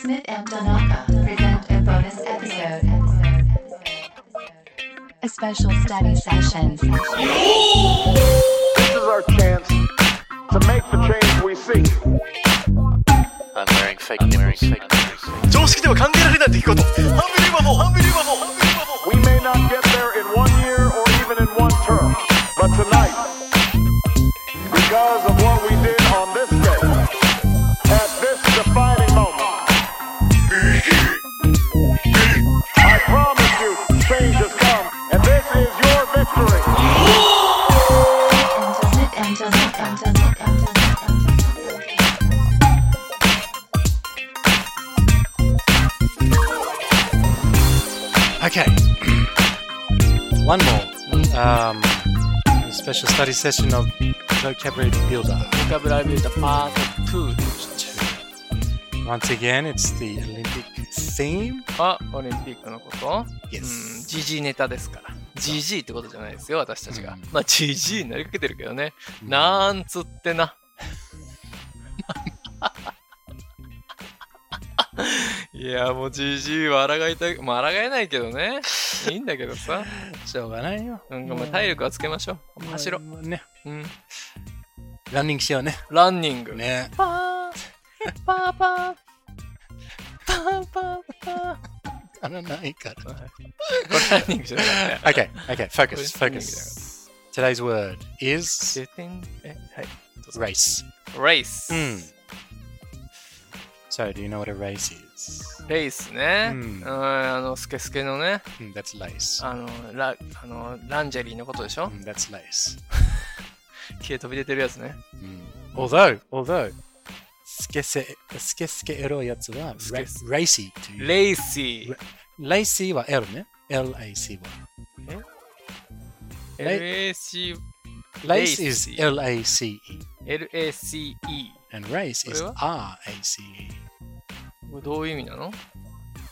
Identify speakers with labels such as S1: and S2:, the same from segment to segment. S1: Smith and Donaka present a bonus episode. A special study session.
S2: This is our chance to make the change we seek.
S3: I'm wearing fake I'm wearing fake nipples.
S4: 常識では考えられない出来事ハンビリーバボーハンビリーバボーハンビリーバボー
S2: We may not get there in one year or even in one term, but tonight, because of what we did on this day, at this defining moment, I promise you, change has come, and this is your victory.
S1: Smith and Donaka. Donaka.
S4: Okay. One more. Um, special study session of vocabulary builder.
S3: Vocabulary Builder Part 2
S4: Once again, it's the Olympic theme.
S3: はオリンピックのこと、うん
S4: Yes.
S3: ジジイネタですから GG ってことじゃないですよ私たちが、
S4: うん
S3: まあ GG になりかけてるけどね、なんつって ないやもう GG は抗いたいまあ抗えないけどねいいんだけどさ、
S4: しょうがないよ。
S3: うん、まあ体力はつけましょう
S4: もう
S3: 走ろう、
S4: もうね。
S3: うん、
S4: ランニングしようね。
S3: ランニング、
S4: ね。
S3: パーパーパ ーパーパーパー
S4: あらないから。
S3: これランニングじゃなかった。
S4: Okay, okay, focus,
S3: Where's the
S4: focus. Today's word is
S3: 出てんえ、
S4: race.
S3: はい。レース。
S4: うん。So, do you know what a race is?
S3: レースね。
S4: う
S3: うんん、あの、スケスケのね、
S4: Mm, that's lace.
S3: あの、ラあのランジェリーのことでしょ、
S4: Mm, that's lace.
S3: 消え飛び出てるやつね。
S4: Mm. Although, although, skese skese ero yatsu wa ra-
S3: Skes-
S4: racy to you.
S3: レーシー。
S4: Lacy wa l ne? L A C Y. レ
S3: レーシー、
S4: Lace is
S3: Lacy.
S4: L A C E
S3: LACE。
S4: and race is
S3: Wait, what?
S4: R A C E.
S3: これどういう意味なの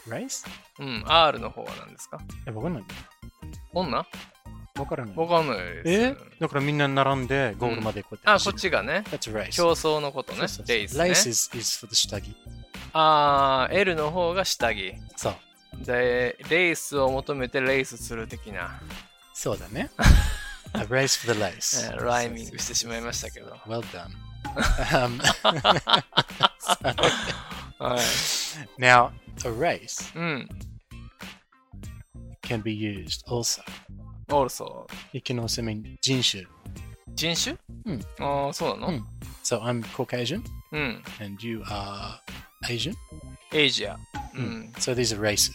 S4: Race?
S3: うん、R の方は何ですか
S4: Eh, わかんない。
S3: 女
S4: わからない
S3: わ。かんないです。
S4: えだからみんな並んでゴールまでこうやっ
S3: あ、
S4: て
S3: こっちがね、
S4: 走る。That's race.
S3: 競争のことね。
S4: そうそうそう
S3: レース、ね。
S4: Lace is, is for the 下着。
S3: あー、L の方が下着。
S4: そう。
S3: で、レースを求めてレースする的な、
S4: そうだね。A race for the lace.
S3: えーライミングしてしまいましたけど。
S4: Well done. Um,
S3: はい。
S4: now, a race
S3: うん。
S4: can be used also.
S3: オルソ
S4: It can also mean jinshu.
S3: 人種
S4: うん。
S3: ああ、そうな
S4: う
S3: の
S4: ん So I'm Caucasian
S3: うん。
S4: and you are Asian.
S3: エイジア。う
S4: うん
S3: ん。
S4: So these are races.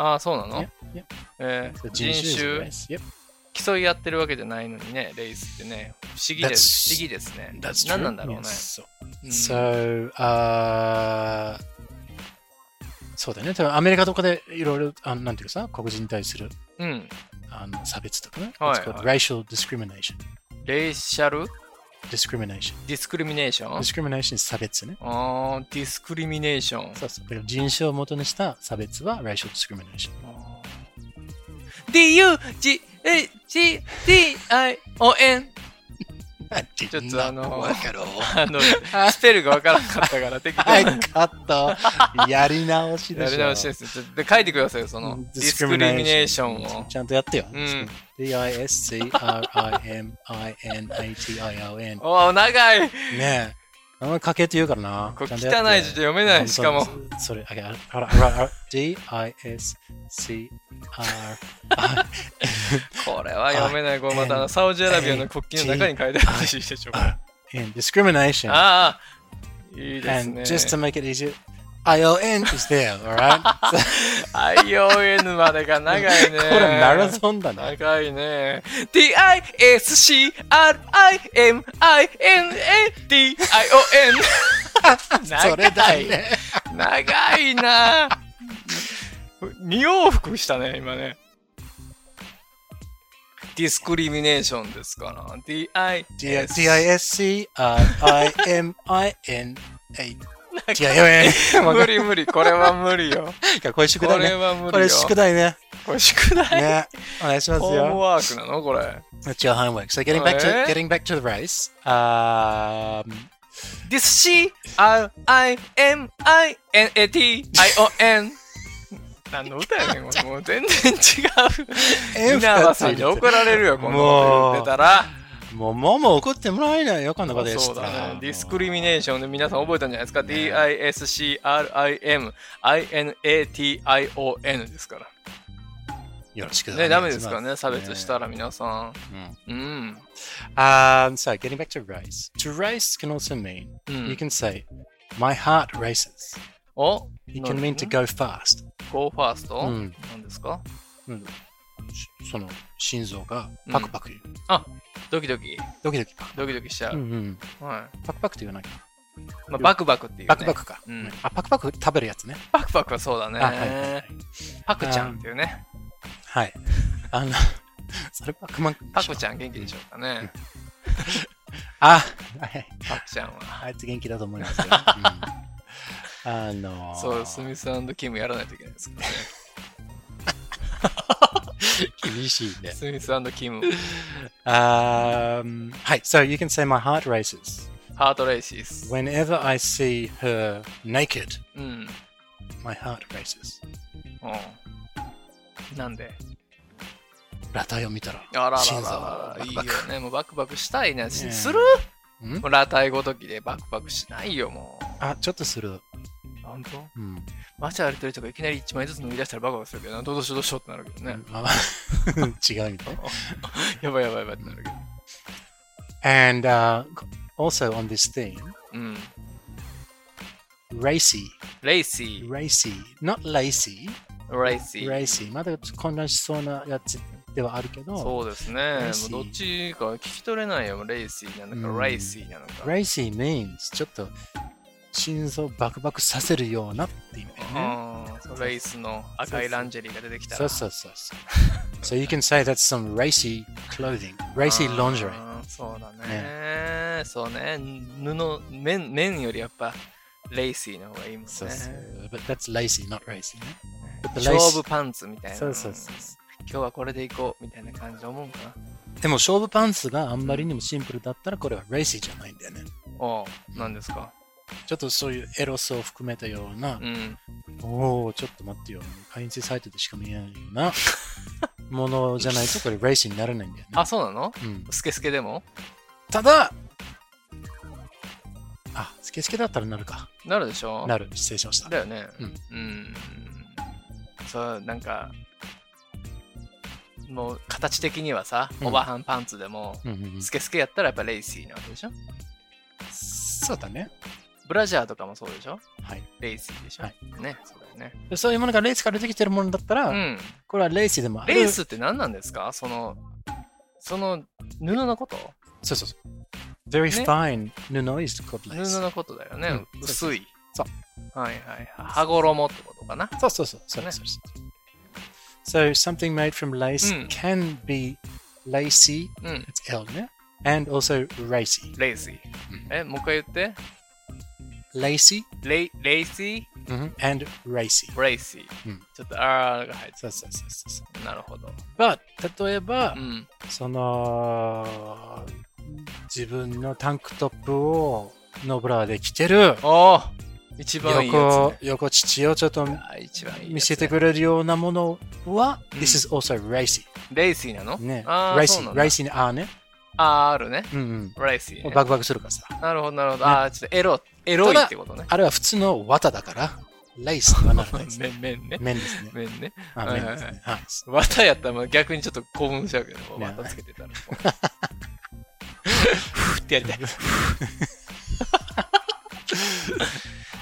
S3: ああ、そうなの
S4: Yep, yep.
S3: えー
S4: So
S3: 人
S4: jinshu is a
S3: 種
S4: race. Yep.
S3: 競い合ってるわけじゃないのにね、レースってね。不思議
S4: That's-
S3: です。不思議ですね。
S4: That's true.
S3: 何なんだろうね
S4: Yes.。So,
S3: うん
S4: so, uh, そうだね。多分アメリカとかでいろいろ、あのなんていうかさ、黒人に対する
S3: うん。
S4: あの差別とかね。
S3: はい
S4: It's called racial discrimination.
S3: レーシャル
S4: Discrimination.
S3: ディスクリミネーション
S4: discrimination is 差別ね。
S3: ああ、ディスクリミネーション。
S4: そうそう。だから人種を元にした差別は racial discrimination。
S3: D-U-G-H-D-I-O-N
S4: ち
S3: ょっとあの
S4: わかろう。
S3: あの、スペルがわからなかったから、適当
S4: は
S3: に
S4: い、カット。やり直しでしょ。
S3: やり直しですね。ちょっとで書いてくださいよ、その、ディスクリミネーションを。
S4: ちゃんとやってよ。
S3: うん
S4: D-I-S-C-R-I-M-I-N-A-T-I-O-N。
S3: おお、長い
S4: ねえ。あんまり書けって言うからな。
S3: これ
S4: ちゃ
S3: 汚
S4: ん
S3: い
S4: と
S3: 字で
S4: やって
S3: 読めない、しかも。。
S4: それ、あら、あら、あら、あら D-I-S-C-R。
S3: これは読めない。これまたあの、サウジアラビアの国旗の中に書いてあるらしいでしょうか。
S4: And discrimination.
S3: ああ、いいです
S4: And
S3: ね。
S4: just to make it easier, ION is there, alright?
S3: ION までが長い ね。
S4: これマラソンだね。
S3: 長いね。T-I-S-C-R-I-M-I-N-A-D-I-O-N
S4: それだね。
S3: 長いな二往復したね、今ね。ディスクリミネーションですから。D-I-S。uh,
S4: D-I-S-C-R-I-M-I-N-A-T-I-O-N。
S3: 無理無理、これは無理よ。
S4: これ宿
S3: こ
S4: 題
S3: れ
S4: ね。
S3: は無理よ。
S4: これ宿題ね。
S3: これ宿題
S4: ね。お願いします
S3: ホーム
S4: よ。
S3: ワークなのこれ。
S4: That's your homework. So getting back to
S3: えー
S4: getting back to the race. Um,
S3: This C R I M I N A T I O N 何の歌やねんこれもう全然違う
S4: F
S3: 稲葉さんに怒られるよこんなこと言ってたら
S4: もう、もうもう怒ってもらえないよ、こんなことや
S3: そ
S4: し
S3: う
S4: た
S3: だ
S4: ら
S3: ね。ディスクリミネーションで皆さん覚えたんじゃないですか ?DISCRIMINATION ですから
S4: よろしくお願いし
S3: ね、
S4: ま
S3: ダメですからね、差別したら皆さ
S4: うん
S3: ん。うん。
S4: Um, so getting back to race. To race can also mean
S3: う
S4: you
S3: ん、
S4: can say, my heart races.
S3: お
S4: It can mean to go fast.
S3: Go first?
S4: う
S3: なんんですか
S4: しその心臓がパクパク、
S3: Hmm。ドキドキ、
S4: ドキドキパク。
S3: ドキドキしちゃ
S4: うん
S3: う。
S4: うん、
S3: はい
S4: パクパクって言わないか。
S3: まあ、バクバクっていう、ね。
S4: パクパクか、
S3: うん
S4: あ、パクパク食べるやつね。
S3: バクバクはそうだね。
S4: あ、はいはいはい。
S3: パクちゃんっていうね。
S4: はい。あの、 それパクマン。
S3: パクちゃん元気でしょうかね。
S4: あ、はい。
S3: パクちゃんは。
S4: あいつ元気だと思います よ。うん、あのー、
S3: そう、スミスキムやらないといけないですからね。
S4: 厳しいね。
S3: スミスキム、
S4: Um, はい。So you can say my heart races.
S3: ハートレイシス。
S4: Whenever I see her naked,
S3: うん。うん
S4: my heart races.
S3: なんで
S4: 裸体を見たら、
S3: あらら
S4: 心臓
S3: ら
S4: がバ
S3: らいい
S4: ク
S3: よ
S4: バク。
S3: ね。もうバクバクしたいね。し
S4: ねえ
S3: する
S4: ん
S3: もう裸体ごときでバクバクしないよ、もう。
S4: あ、ちょっとする。
S3: 本当
S4: うん。
S3: 街歩いてる人がいきなり1枚ずつ脱ぎ出したらバカバカするけどな、どうしようどうしようってなるけどね。
S4: あ 違うみたい。
S3: やばいやばいやばいってなるけど。
S4: And、uh, also on this theme,
S3: うん。
S4: racy,
S3: レイシ
S4: racy, not lacy,
S3: ー、レイシー。
S4: racy. まだ混乱しそうなやつではあるけど、
S3: そうです
S4: レ
S3: ね
S4: イ。シー
S3: もうどっちか聞き取れないよ。レイシーなの
S4: うん
S3: か、レイシーなのか。
S4: racy means ちょっと心臓バクバクさせるようなって意味だよね。
S3: うんレイスの赤いランジェリーが出てきた
S4: そ
S3: ら
S4: う。そうそうそう。so you can say that's some racy clothing, racy
S3: あー
S4: lingerie.
S3: そうだねそうね。布、綿綿よりやっぱレイシーの方がいいもんね。
S4: そうそう。But that's lacy, not racy. ね But the
S3: 勝
S4: lacy-
S3: 負パンツみたいな。
S4: そうそうそうそ
S3: 今日はこれでいこうみたいな感じで思うかな。
S4: う。でも勝負パンツがあんまりにもシンプルだったらこれは racy じゃないんだよね。
S3: おう、何ですか
S4: ちょっとそういうエロスを含めたような
S3: う、ん。
S4: おお、ちょっと待ってよ、会員制サイトでしか見えないような ものじゃないと、これ、レースにならないんだよね。
S3: あ、そうなの
S4: うん、
S3: スケスケでも
S4: ただ、あ、スケスケだったらなるか。
S3: なるでしょ
S4: なる、失礼しました。
S3: だよね。
S4: うん
S3: うん。そう、なんか、もう形的にはさ、
S4: うん
S3: オバハンパンツでも、
S4: うんうんうん、
S3: スケスケやったらやっぱレイシーなわけでしょ
S4: そうだね。
S3: ブラジャーとかもそうでしょ
S4: はい。
S3: レイシーでしょ、
S4: はい
S3: ね、そうだよね。
S4: でそういうものがレースから出てきてるものだったら、
S3: うん。
S4: これはレースでもある。
S3: レースって何なんですかその、その布のこと
S4: そうそうそう。very
S3: ね
S4: fine、布 is called
S3: 布
S4: lace.
S3: のことだよね。
S4: うん
S3: 薄い。
S4: そう
S3: はいはいはい。羽衣ってことかな。
S4: そうそうそう。そうですそうです so something made from lace
S3: うん
S4: can be lacy,
S3: うん。
S4: it's L ね、and also racy.
S3: レイシー。
S4: うん
S3: え、もう一回言って。
S4: lacy
S3: レイレイシ
S4: and racy.
S3: ー、レイシー。
S4: うん
S3: ちょっと R が入っ
S4: そうそうそうそう。
S3: てなるほど。
S4: But 例えば、
S3: うん。
S4: その自分のタンクトップをノーブラーで着てる
S3: おお一番いいや
S4: 横横乳をちょっと
S3: つ、ね。あ一番いいやつね
S4: 見せてくれるようなものは、
S3: うん
S4: This is also racy.
S3: レイシーなの
S4: ね、
S3: あーそうな
S4: racy,
S3: んだ
S4: racy に R ね。
S3: R ね。
S4: うん
S3: レイシー、
S4: うん。
S3: ね。
S4: バクバクするからさ。
S3: なるほど、なるほど。ああ、ちょっとエロ、エロいってことね。
S4: あれは普通の綿だから、レイスはなら ないですね。
S3: 面面ね。
S4: 綿ですね。
S3: 面ね。
S4: あ、綿ですね。はい。
S3: 綿やったらまあ逆にちょっと興奮しちゃうけど、
S4: ね
S3: 綿つけてたら。ふってやりたい。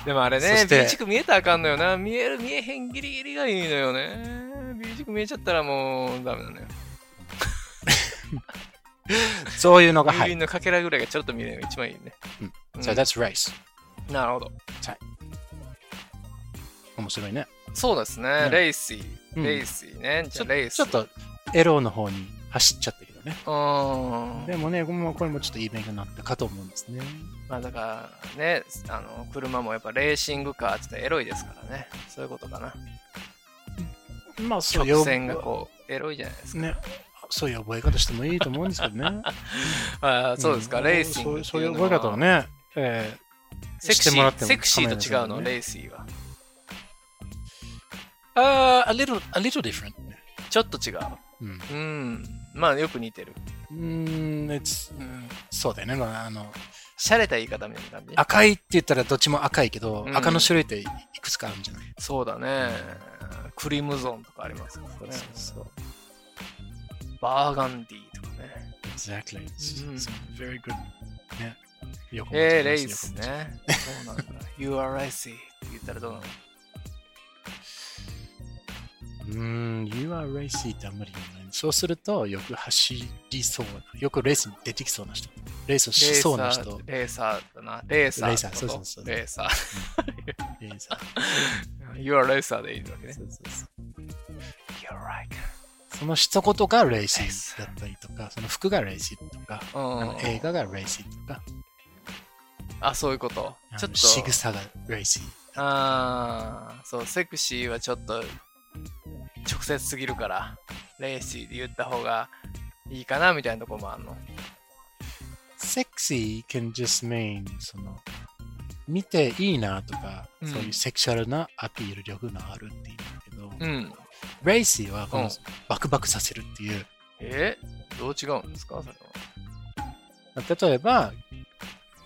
S3: でもあれ
S4: そ
S3: ね
S4: し、て
S3: B 軸見えたらあかんのよな。見える、見えへんギリギリがいいのよね。B 軸見えちゃったらもうダメなのよ。
S4: そういうのが、は
S3: 郵
S4: い。
S3: 便のかけらぐらいがちょっと見えるのが一番いいね。
S4: うん
S3: うん
S4: So that's race.
S3: なるほど。
S4: 面白いね。
S3: そうですね。
S4: ね
S3: レイシ
S4: う
S3: ー。
S4: ん
S3: レイシーね。じ
S4: ち
S3: ゃ
S4: ょ
S3: あレイシ
S4: ちょ
S3: ー。
S4: っとエローの方に走っちゃったけどね。
S3: うーん。
S4: でもね、これもこれもちょっといい勉強になったかと思うんですね。
S3: まあだからね、あの車もやっぱレーシングカーって言ったらエロいですからね。そういうことかな。
S4: まあ、そう
S3: 曲線がこう、エロいじゃないです
S4: う。
S3: か。
S4: ね。そういう覚え方してもいいと思うんですけどね。
S3: ああ、そうですか、
S4: ん
S3: レーシングってい
S4: そうそういう
S3: のは
S4: 覚え方はね、えー
S3: セク
S4: して
S3: シ
S4: もらっ
S3: ー
S4: ても
S3: セクシーと違う
S4: 構わ
S3: の、
S4: ない
S3: レイシーは。
S4: あー a little, a little different.
S3: ちょっと違う。
S4: うん。
S3: うん。まあよく似てる。
S4: うーん、it's- うんそうだよね。まあ、あの、
S3: 洒落た言い方みたいな感じ。
S4: 赤いって言ったらどっちも赤いけど、
S3: うん
S4: 赤の種類っていくつかあるんじゃない
S3: そうだね。クリムゾンとかありますからね。
S4: そう。
S3: バーガンディとかね。
S4: Exactly. It's-
S3: うん
S4: it's very good. ね。よく覚
S3: え
S4: え
S3: ー、
S4: て
S3: レ
S4: ます
S3: イス。
S4: よ
S3: ね。そうなんだ。You are lazy って言ったらどうなの
S4: く覚えてますうーん、You are racy ってあんまり言わない。そうすると、よく走りそうな。よくレースに出てきそうな人。レースを
S3: レ
S4: し
S3: ーサ
S4: そうな
S3: ー
S4: 人。
S3: レーサーだな。レーサー。
S4: レーサーそうそうそう
S3: レーサ
S4: レーサー
S3: ー。You are lazy でいいわけね。
S4: そうそうそう
S3: You're right.
S4: その一言がレーシーだったりとか、その服がレーシーとか、あの映
S3: うん。
S4: 画がレーシーとか、
S3: あ、そういうこと。ち
S4: ち
S3: ょ
S4: ょ
S3: っ
S4: っ
S3: と。
S4: と仕草がレーシー。
S3: ああ、そう、セクシーはちょっと直接すぎるから、レーシーで言った方がいいかなみたいなとこもあるの。
S4: sexy can just mean その見ていいなとか、
S3: うん
S4: そういうセクシャルなアピール力があるっていうけど、
S3: うん。
S4: レイシーはこの、
S3: うん
S4: バクバクさせるっていう
S3: えどう違うんですかそれは。
S4: まあ例えば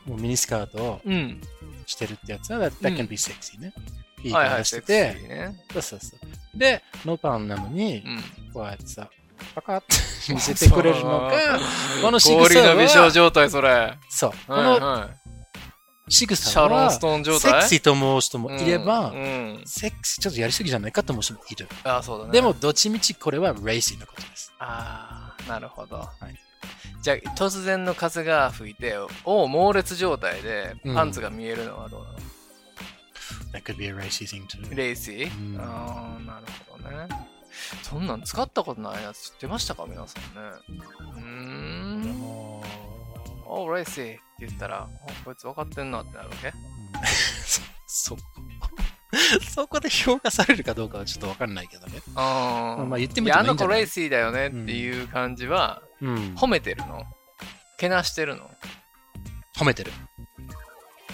S4: もうミニスカートを
S3: うん。
S4: してるってやつは、that,
S3: う
S4: that
S3: ん
S4: can be sexy ね、いい
S3: はいは
S4: 顔
S3: い、
S4: して
S3: セク
S4: て、
S3: シーね。
S4: そうそうそうでノーパンなのに
S3: う、ん。
S4: こうやってさパカッて見せてくれるのがこの仕草は
S3: 氷の美少状態、それ。はい
S4: そうこの
S3: はい。
S4: 仕
S3: シ
S4: 草
S3: ャロン
S4: は
S3: ストーン状
S4: セ
S3: 態
S4: クシーと思う人もいれば、
S3: うん。うん
S4: セックスちょっとやりすぎじゃないかと思う人もいる。
S3: あ、そうだね。
S4: でも、、どっちみちこれはレイシーのことです。
S3: ああ、なるほど。
S4: い
S3: じゃあ、突然の風が吹いて、お猛烈状態で
S4: うん
S3: パンツが見えるのはどうなの、
S4: That could be a racy thing too.
S3: レイシー、
S4: うん
S3: ああなるほどねそんなん使ったことないやつ知ってましたか皆さんねうーん
S4: もう
S3: おレイシーって言ったらおこいつ分かってんなってなるわけ
S4: そそこ。 そこで評価されるかどうかはちょっとわかんないけどね。
S3: あー
S4: まあ言ってみてもいいんじゃない
S3: やあの子レイシーだよねっていう感じは
S4: うん
S3: 褒めてるのけなしてるの
S4: 褒めてる。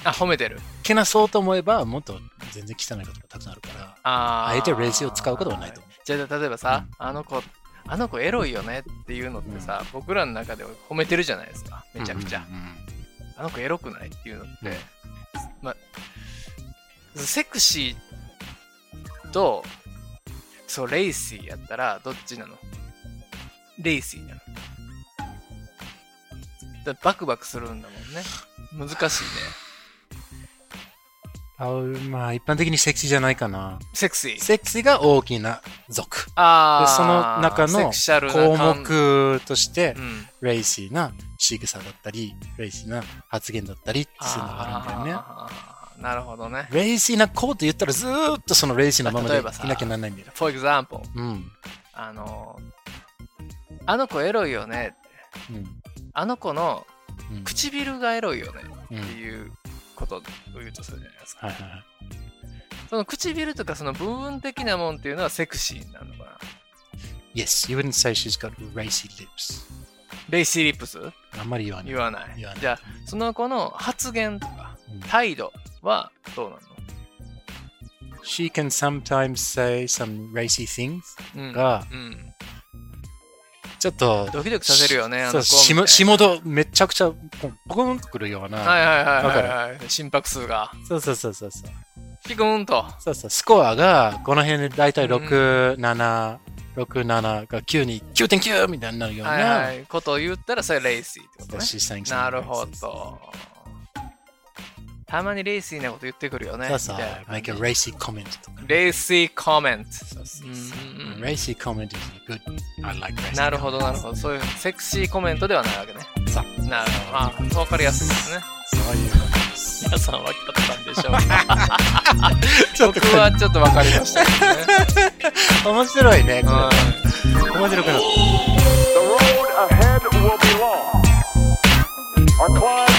S3: あ褒めてる
S4: けなそうと思えば、もっと全然汚いことがたくさんあるから、
S3: あー
S4: あえてレイシーを使うことはないと思う。
S3: じゃあ例えばさ、あの子あの子エロいよねっていうのってさ、僕らの中では褒めてるじゃないですかめちゃくちゃ、
S4: うんうん
S3: あの子エロくないっていうのって、
S4: うん
S3: まあ、セクシーと、そう、レイシーやったら、どっちなのレイシーなの。だバクバクするんだもんね。難しいね。
S4: うんあまあ、一般的にセクシーじゃないかな。
S3: セクシー。
S4: セクシーが大きな族。
S3: あ
S4: で
S3: ー
S4: その中の
S3: セクシャルな
S4: 項
S3: 感
S4: 目として
S3: う、ん。
S4: レイシーな仕草だったり、レイシーな発言だったりっていうのがあるんだよね。
S3: あーなるほどね。
S4: レイシーなコート言ったらずーっとそのレイシーなまま
S3: 例
S4: で
S3: えばさ
S4: いなきゃならないんだよ。
S3: For example,
S4: うん。
S3: あのあの子エロいよねって。
S4: うん。
S3: あの子の
S4: うん。
S3: 唇がエロいよね。
S4: うん
S3: っていうことを言うとするじゃないですか。
S4: はいはいはい。
S3: その唇とかその部分的なもんっていうのはセクシーなのかな
S4: Yes, you wouldn't say she's got racy lips.
S3: レイシーリップス
S4: あんまり言わない
S3: 言。わない。
S4: 言わない
S3: じゃあ、その子の発言とか
S4: うん
S3: 態度はどうな
S4: She can sometimes say some racy things
S3: のうん。
S4: が、
S3: うん、
S4: ちょっと、
S3: ドキドキさせるよね、あの子
S4: そう、しも、下
S3: みたい
S4: 戸めちゃくちゃ、ポコンとくるよう
S3: な
S4: な。
S3: はいはいはい
S4: わかる
S3: はい、はい。心拍数が
S4: そうそうそうそうそう。
S3: ピクーンと。
S4: そうそう、スコアがこの辺で大体
S3: うん
S4: 6、7、6、7が9に9.9みたいになるよう
S3: はいは
S4: な。
S3: い。ことを言ったらそれレイシーってことね。
S4: she's saying something
S3: なるほ
S4: racist
S3: ど。たまにレイシーなこと言ってくるよね。
S4: そうそう
S3: みたいな、感
S4: make
S3: じ
S4: a racy comment とか。
S3: レイシーコメント。
S4: そうそう
S3: うんうんうん
S4: racy comment is good. I like racy.
S3: なるほど、なるほど。そういうセクシーコメントではないわけね。さなるほど。まあ、わかりやすいです ね。
S4: ど。そういうことです。
S3: 皆さん分かったんでしょうか。
S4: ちょっと
S3: 僕はちょっとわかりましたけど ね。
S4: 面白いね。こ
S3: は
S4: れ面白くなった。
S2: The road ahead will be long. Our climb